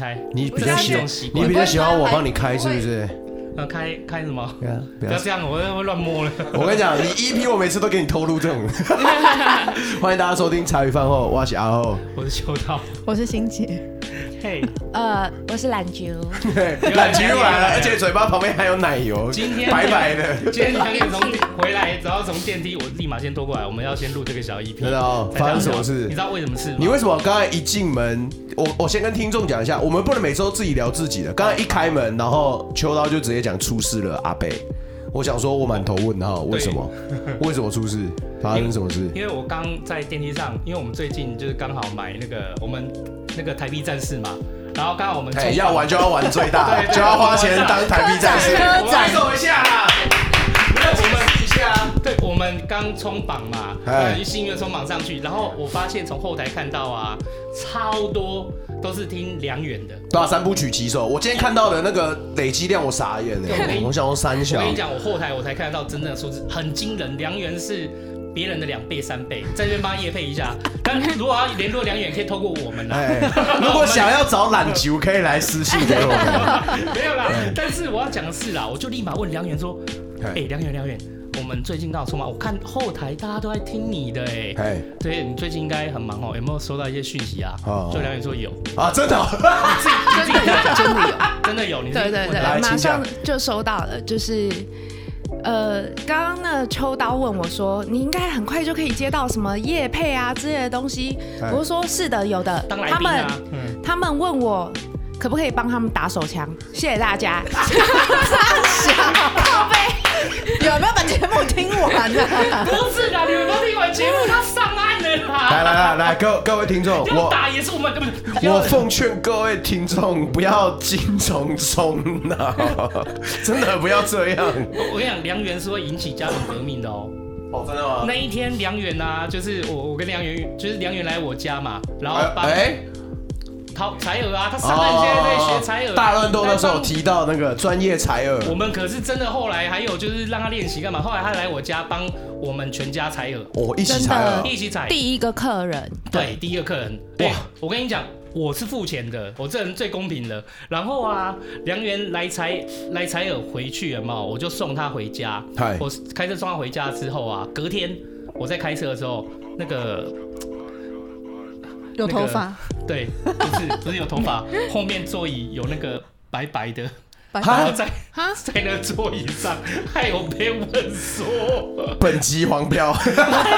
开，你不比是较一喜种习你惯比。较喜欢我帮你开是不是？呃，开开什么？对啊，不不要。要这样，我会乱摸了。我跟你讲，你 EP 我每次都给你透露这种。 欢迎大家收听茶余饭后，我是阿后。 我是秋刀。我是欣姐，嘿，呃，我是懒菊，懒橘又来了，而且嘴巴旁边还有奶油，今天白白 的。今天两点从电回来，只要从电梯，我立马先拖过来。我们要先录这个小 EP。真的哦才这样发生什么聊事你知道为什么事吗？你为什么刚才一进门，我我先跟听众讲一下，我们不能每周自己聊自己的。刚才一开门，然后秋刀就直接讲出事了，阿贝。我想说，我满头问号，为什么？为什么出事？发生什么事？因为我刚在电梯上，因为我们最近就是刚好买那个我们那个台币战士嘛，然后刚好我们哎，冲要玩就要玩最大，对对就要花钱当台币战士。我们来走一下啦。没有我们一下。对，我们刚冲榜嘛，哎对，新月冲榜上去，然后我发现从后台看到啊，超多都是听梁远的。对啊，三部曲骑手，我今天看到的那个累积量，我傻眼了 对。我想说三我小跟，你讲，我后台我才看得到真正的数字，很惊人。梁元是别人的两倍、三倍，在这边帮他叶配一下。但如果要联络梁远，可以透过我们啦。哎，如果想要找懒球，可以来私信给我们。没有啦，哎但是我要讲的是啦，我就立马问梁元说：“ 哎、梁元，梁元，我们最近刚好冲榜，我看后台大家都在听你的哎、哎，哎对你最近应该很忙哦，有没有收到一些讯息啊？”哦就梁远说有，啊，真的 哦，真的有，真的有，真的有，你自己对对问的来对，马请讲上就收到了，就是。呃，刚刚那秋刀问我说：“你应该很快就可以接到什么叶配啊之类的东西。哎”我说：“是的，有的。当”来他宾们啊，嗯，他们问我可不可以帮他们打手枪，谢谢 大家。有没有把节目听完啊？不是啦，你们都听完节目，他上岸了来啦。来来来，各各位听众，要我打也是我们，不是我要奉劝各位听众不要精虫充脑， 真的不要这样。我跟你讲，梁元是会引起家庭革命的哦。哦，真的吗？那一天，梁元啊，就是我，我跟梁元，就是梁元来我家嘛，然后帮哎，哦陶采耳啊，他上岸现在在学采耳，大乱斗那时候来帮提到那个专业采耳，我们可是真的后来还有就是让他练习干嘛？后来他来我家帮我们全家采耳，我一起采耳一起采。第一个客人，对，第一个客人，对哇我跟你讲，我是付钱的，我这人最公平了。然后啊，梁元来采来采耳回去了嘛，我就送他回家。嗨，我开车送他回家之后啊，隔天我在开车的时候，那个有头发，对，不是 不是有头发，后面座椅有那个白白的，白然后哈在 哈在那座椅上，还有被问说，本集黄标，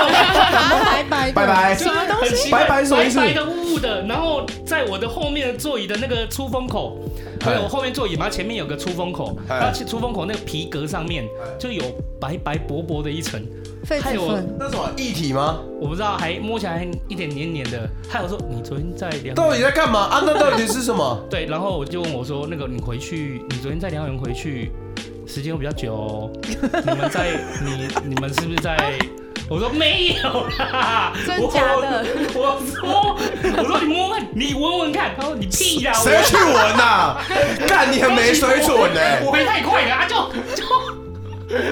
白白拜。拜。什么东西白白是什么意思白白的雾雾的，然后在我的后面的座椅的那个出风口，哎对，我后面座椅嘛，前面有个出风口，哎然后出风口那个皮革上面就有白白薄薄的一层，痱害子我粉，那什么液体吗？我不知道，还摸起来还一点黏黏的。害我说你昨天在梁到底在干嘛啊？那到底是什么？对，然后我就问我说：“那个你回去，你昨天在辽源回去，时间会比较久哦。你们在你你们是不是在？”我说没有啦，真假的我？我说我说你摸问，你闻闻看。他说你屁啦，谁要去闻呐？干，你很没水准欸呢。我回太快了啊，就就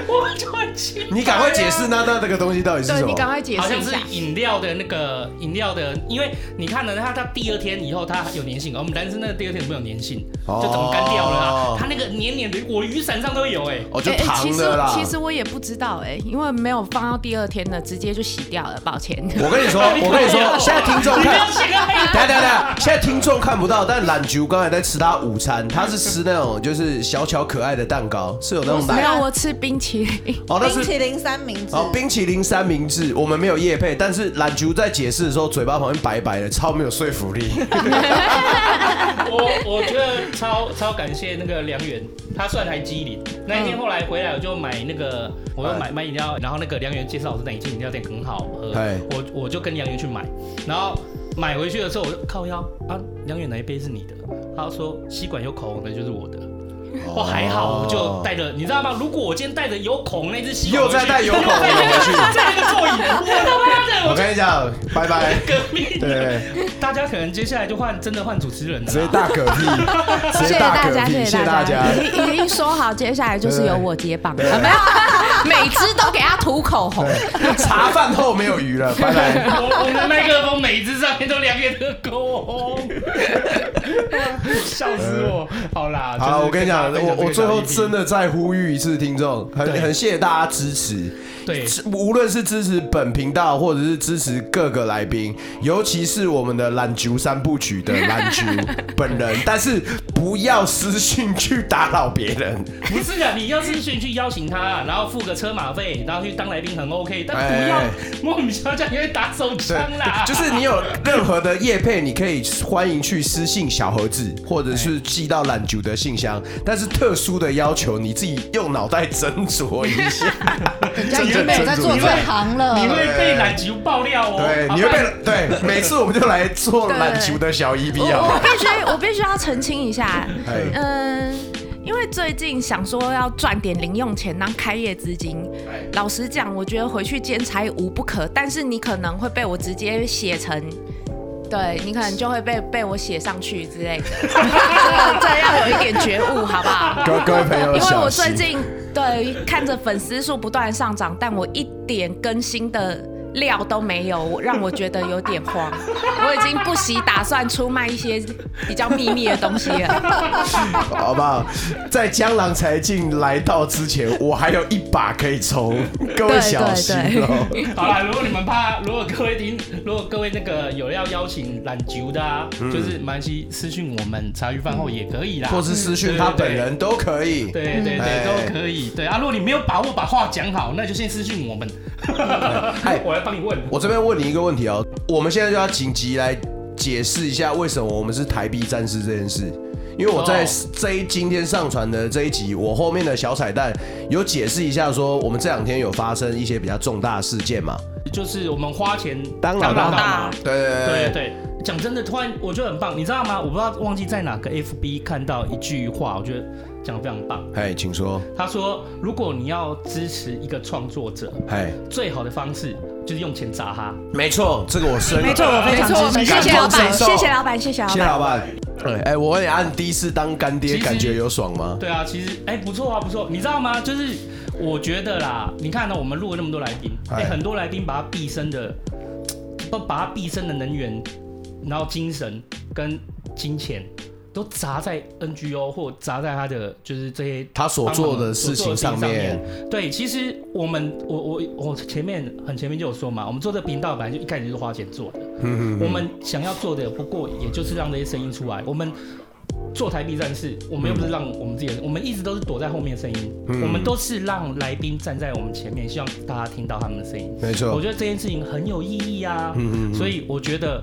我就很气。你赶快解释那那这个东西到底是对什你赶么？快解好释像一是下。饮料的那个饮料的，因为你看了它，它第二天以后它有粘性，而我们男生那个第二天没有粘性，哦就整干掉了啊。它那个黏黏的，我雨伞上都有哎、哦，就哎哎糖其实的啦。其实我也不知道哎、因为没有放到第二天的，直接就洗掉了，抱歉。我跟你 说，我跟你说，现在听众你不要看，写了哎等下等下等下，现在听众看不到，但懒菊刚才在吃他午餐，他是吃那种就是小巧可爱的蛋糕，是有那种没奶有，我吃冰淇 淋。哦，那冰是淇淋三明治，哦冰淇淋三明治，我们没有叶配，但是懒菊在解释的时候，嘴巴旁边白白的，超没有说服力。我我觉得超超感谢那个梁元，他算还机灵。那一嗯天后来回来，我就买那个，我又买买饮料，然后那个梁元介绍我说哪一间饮料店很好喝哎，我我就跟梁元去买，然后买回去的时候我就靠腰啊，梁元哪一杯是你的？他说吸管有口红的就是我的。 哦，还好，我就带着，你知道吗？如果我今天带着有口红那只吸管又回去，再带有口红又回去 在那个座椅，我他妈的，哦我我跟你讲，拜拜。革命了。对， 大家可能接下来就换真的换主持人了直接啦。大嗝 屁，直谢接谢大大嗝家，屁，谢谢谢谢大大家家。。已经已经说好，接下来就是由我接棒。对啊没有啊， 每只都给他涂口红。 茶饭后没有鱼了，拜拜。我我们的麦克风每一只上面都两个的狗。笑死我！好啦，好 就了，是我跟你讲，大家分享这我个我最后小议题真的再呼吁一次，听众，很对很谢谢大家支持。对是无论是支持本频道，或者是支持各个来宾，尤其是我们的懒球三部曲的懒球本人，但是不要私信去打扰别人。不是的，你要是去去邀请他，然后付个车马费，然后去当来宾很 OK，但哎不要莫名其妙这样因为打手对枪啦，。就是你有任何的业配，你可以欢迎去私信小盒子，或者是寄到懒球的信箱。但是特殊的要求，你自己用脑袋斟酌一下。人家已真的经没有在做斟这酌一下行 了，你会被懒球爆料哦，对，好吧你会被对，每次我们就来做篮球的小 EB 我啊。必须，我必须要澄清一下，哎嗯，因为最近想说要赚点零用钱当开业资金哎。老实讲，我觉得回去兼差无不可，但是你可能会被我直接写成。对你可能就会被被我写上去之类的，这这要有一点觉悟，好不好？ 各各位朋友，因为我小最心近对看着粉丝数不断上涨，但我一点更新的料都没有，我让我觉得有点慌。我已经不惜打算出卖一些比较秘密的东西了。好不好？在江郎才尽来到之前，我还有一把可以抽，各位小心哦。好啦，如果你们怕，如果各位听，如果各位那个有要邀请懒球的啊，嗯就是马来西私讯我们茶余饭后也可以啦，或是私讯他本人都可以。对对对哎都可以。对啊，如果你没有把握把话讲好，那就先私讯我 们，哎我来帮你问。我这边问你一个问题哦，我们现在就要紧急来解释一下为什么我们是台币战士这件事。因为我在哦这一今天上传的这一集，我后面的小彩蛋有解释一下，说我们这两天有发生一些比较重大事件嘛？就是我们花钱当老大嘛对对对对，讲真的，突然我觉得很棒，你知道吗？我不知道忘记在哪个 FB 看到一句话，我觉得讲的非常棒。嗨，请说。他说，如果你要支持一个创作者，嗨，最好的方式就是用钱砸他。没错，这个我深，没错，我非常 没错支持。谢谢老感板，同身受谢谢老板，谢谢老谢谢板。老板。哎、哎我问你，按第一次当干爹，其实感觉有爽吗？对啊，其实哎、不错啊，不错。你知道吗？就是我觉得啦，你看呢、哦我们录了那么多来宾，哎、哎很多来宾把他毕生的，不把他毕生的能源，然后精神跟金钱。都砸在 NGO 或砸在他的就是这些他所做的事情上帮忙所做的事面情上面。对，其实我们我我我前面很前面就有说嘛，我们做这频道本来就一开始就是花钱做的，嗯我们想要做的不过也就是让这些声音出来。我们做台币战士，我们又嗯不是让我们自己人，我们一直都是躲在后面的声音，我们都是让来宾站在我们前面，希望大家听到他们的声音。没我错觉，得这件事情很有意义啊，嗯所以我觉得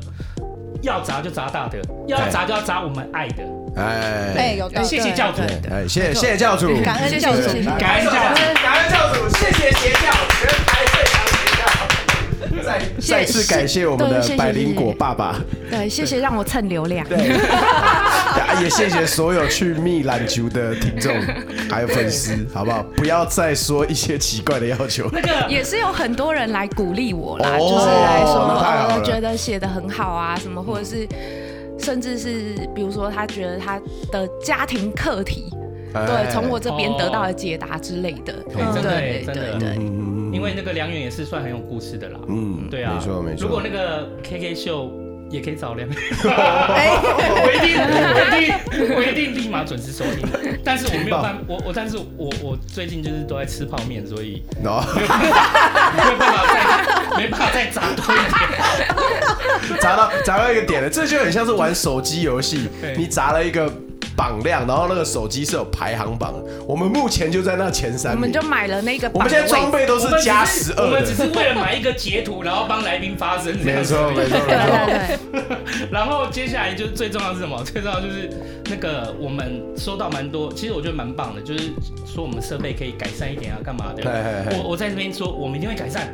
要砸就砸大的，要砸就要砸我们爱的。哎，哎，有道理谢谢教主对对哎，谢谢谢谢教主，感恩教主谢谢感感恩教主感恩教主，谢谢邪教，全台最强邪教。再再次感谢我们对谢的谢百灵果爸爸，对，谢谢让我蹭流量。对， 也谢谢所有去密篮球的听众还有粉丝，好不好？不要再说一些奇怪的要求。那个也是有很多人来鼓励我啦，哦就是来说，那太好了呃，觉得写的很好啊，什么，或者是甚至是比如说，他觉得他的家庭课题，哎对，从我这边得到的解答之类的，哎真的哎对真的对对，嗯因为那个梁远也是算很有故事的啦，嗯对啊，没错没错如果那个 KK 秀也可以找梁远，哎， 我一定我一定我一定立马准时收听，但是我没有 办我我但是我我最近就是都在吃泡面，所以 然后没有办法没有办法再没办法再砸多一点。砸到砸到一个点了，这就很像是玩手机游戏对，你砸了一个榜量，然后那个手机是有排行榜的，我们目前就在那前三我名。们就买了那个我榜们现在装位。备都我是们只加十我二们只的，是为了买一个截图，然后帮来宾发声，这样没子错而已没错没对错。对对， 然后接下来就是最重要的是什么？ 最重要就是那个我们收到蛮多，其实我觉得蛮棒的，就是说我们设备可以改善一点啊，干嘛的嘿嘿？嘿嗯我我在这边说，我们一定会改善，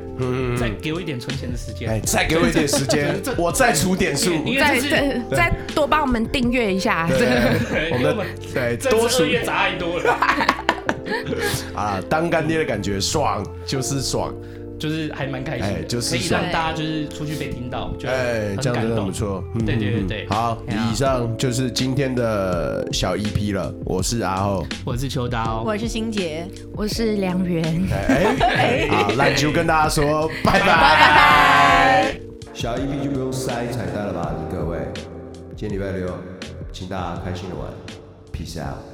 再给我一点存钱的时间。哎，再给我一点时间，我哎再除点 数。因为再这是再再多帮我们订阅一下，对，对 我因为们我们对这多次数二月砸太多了，啊，当干爹的感觉爽就是爽，就是还蛮开心哎的，就是可以让爽大家就是出去被听到，就哎，这很感样真的很动不。错。嗯对对对嗯对好哎呀，以上就是今天的小 EP 了。我是阿后，我是秋刀，我是心杰， 我是梁媛。哎，好，那就跟大家说拜拜。E 拜拜。小 EP 就不用塞彩蛋了吧，各位。今天礼拜六，请大家开心的玩，peace out。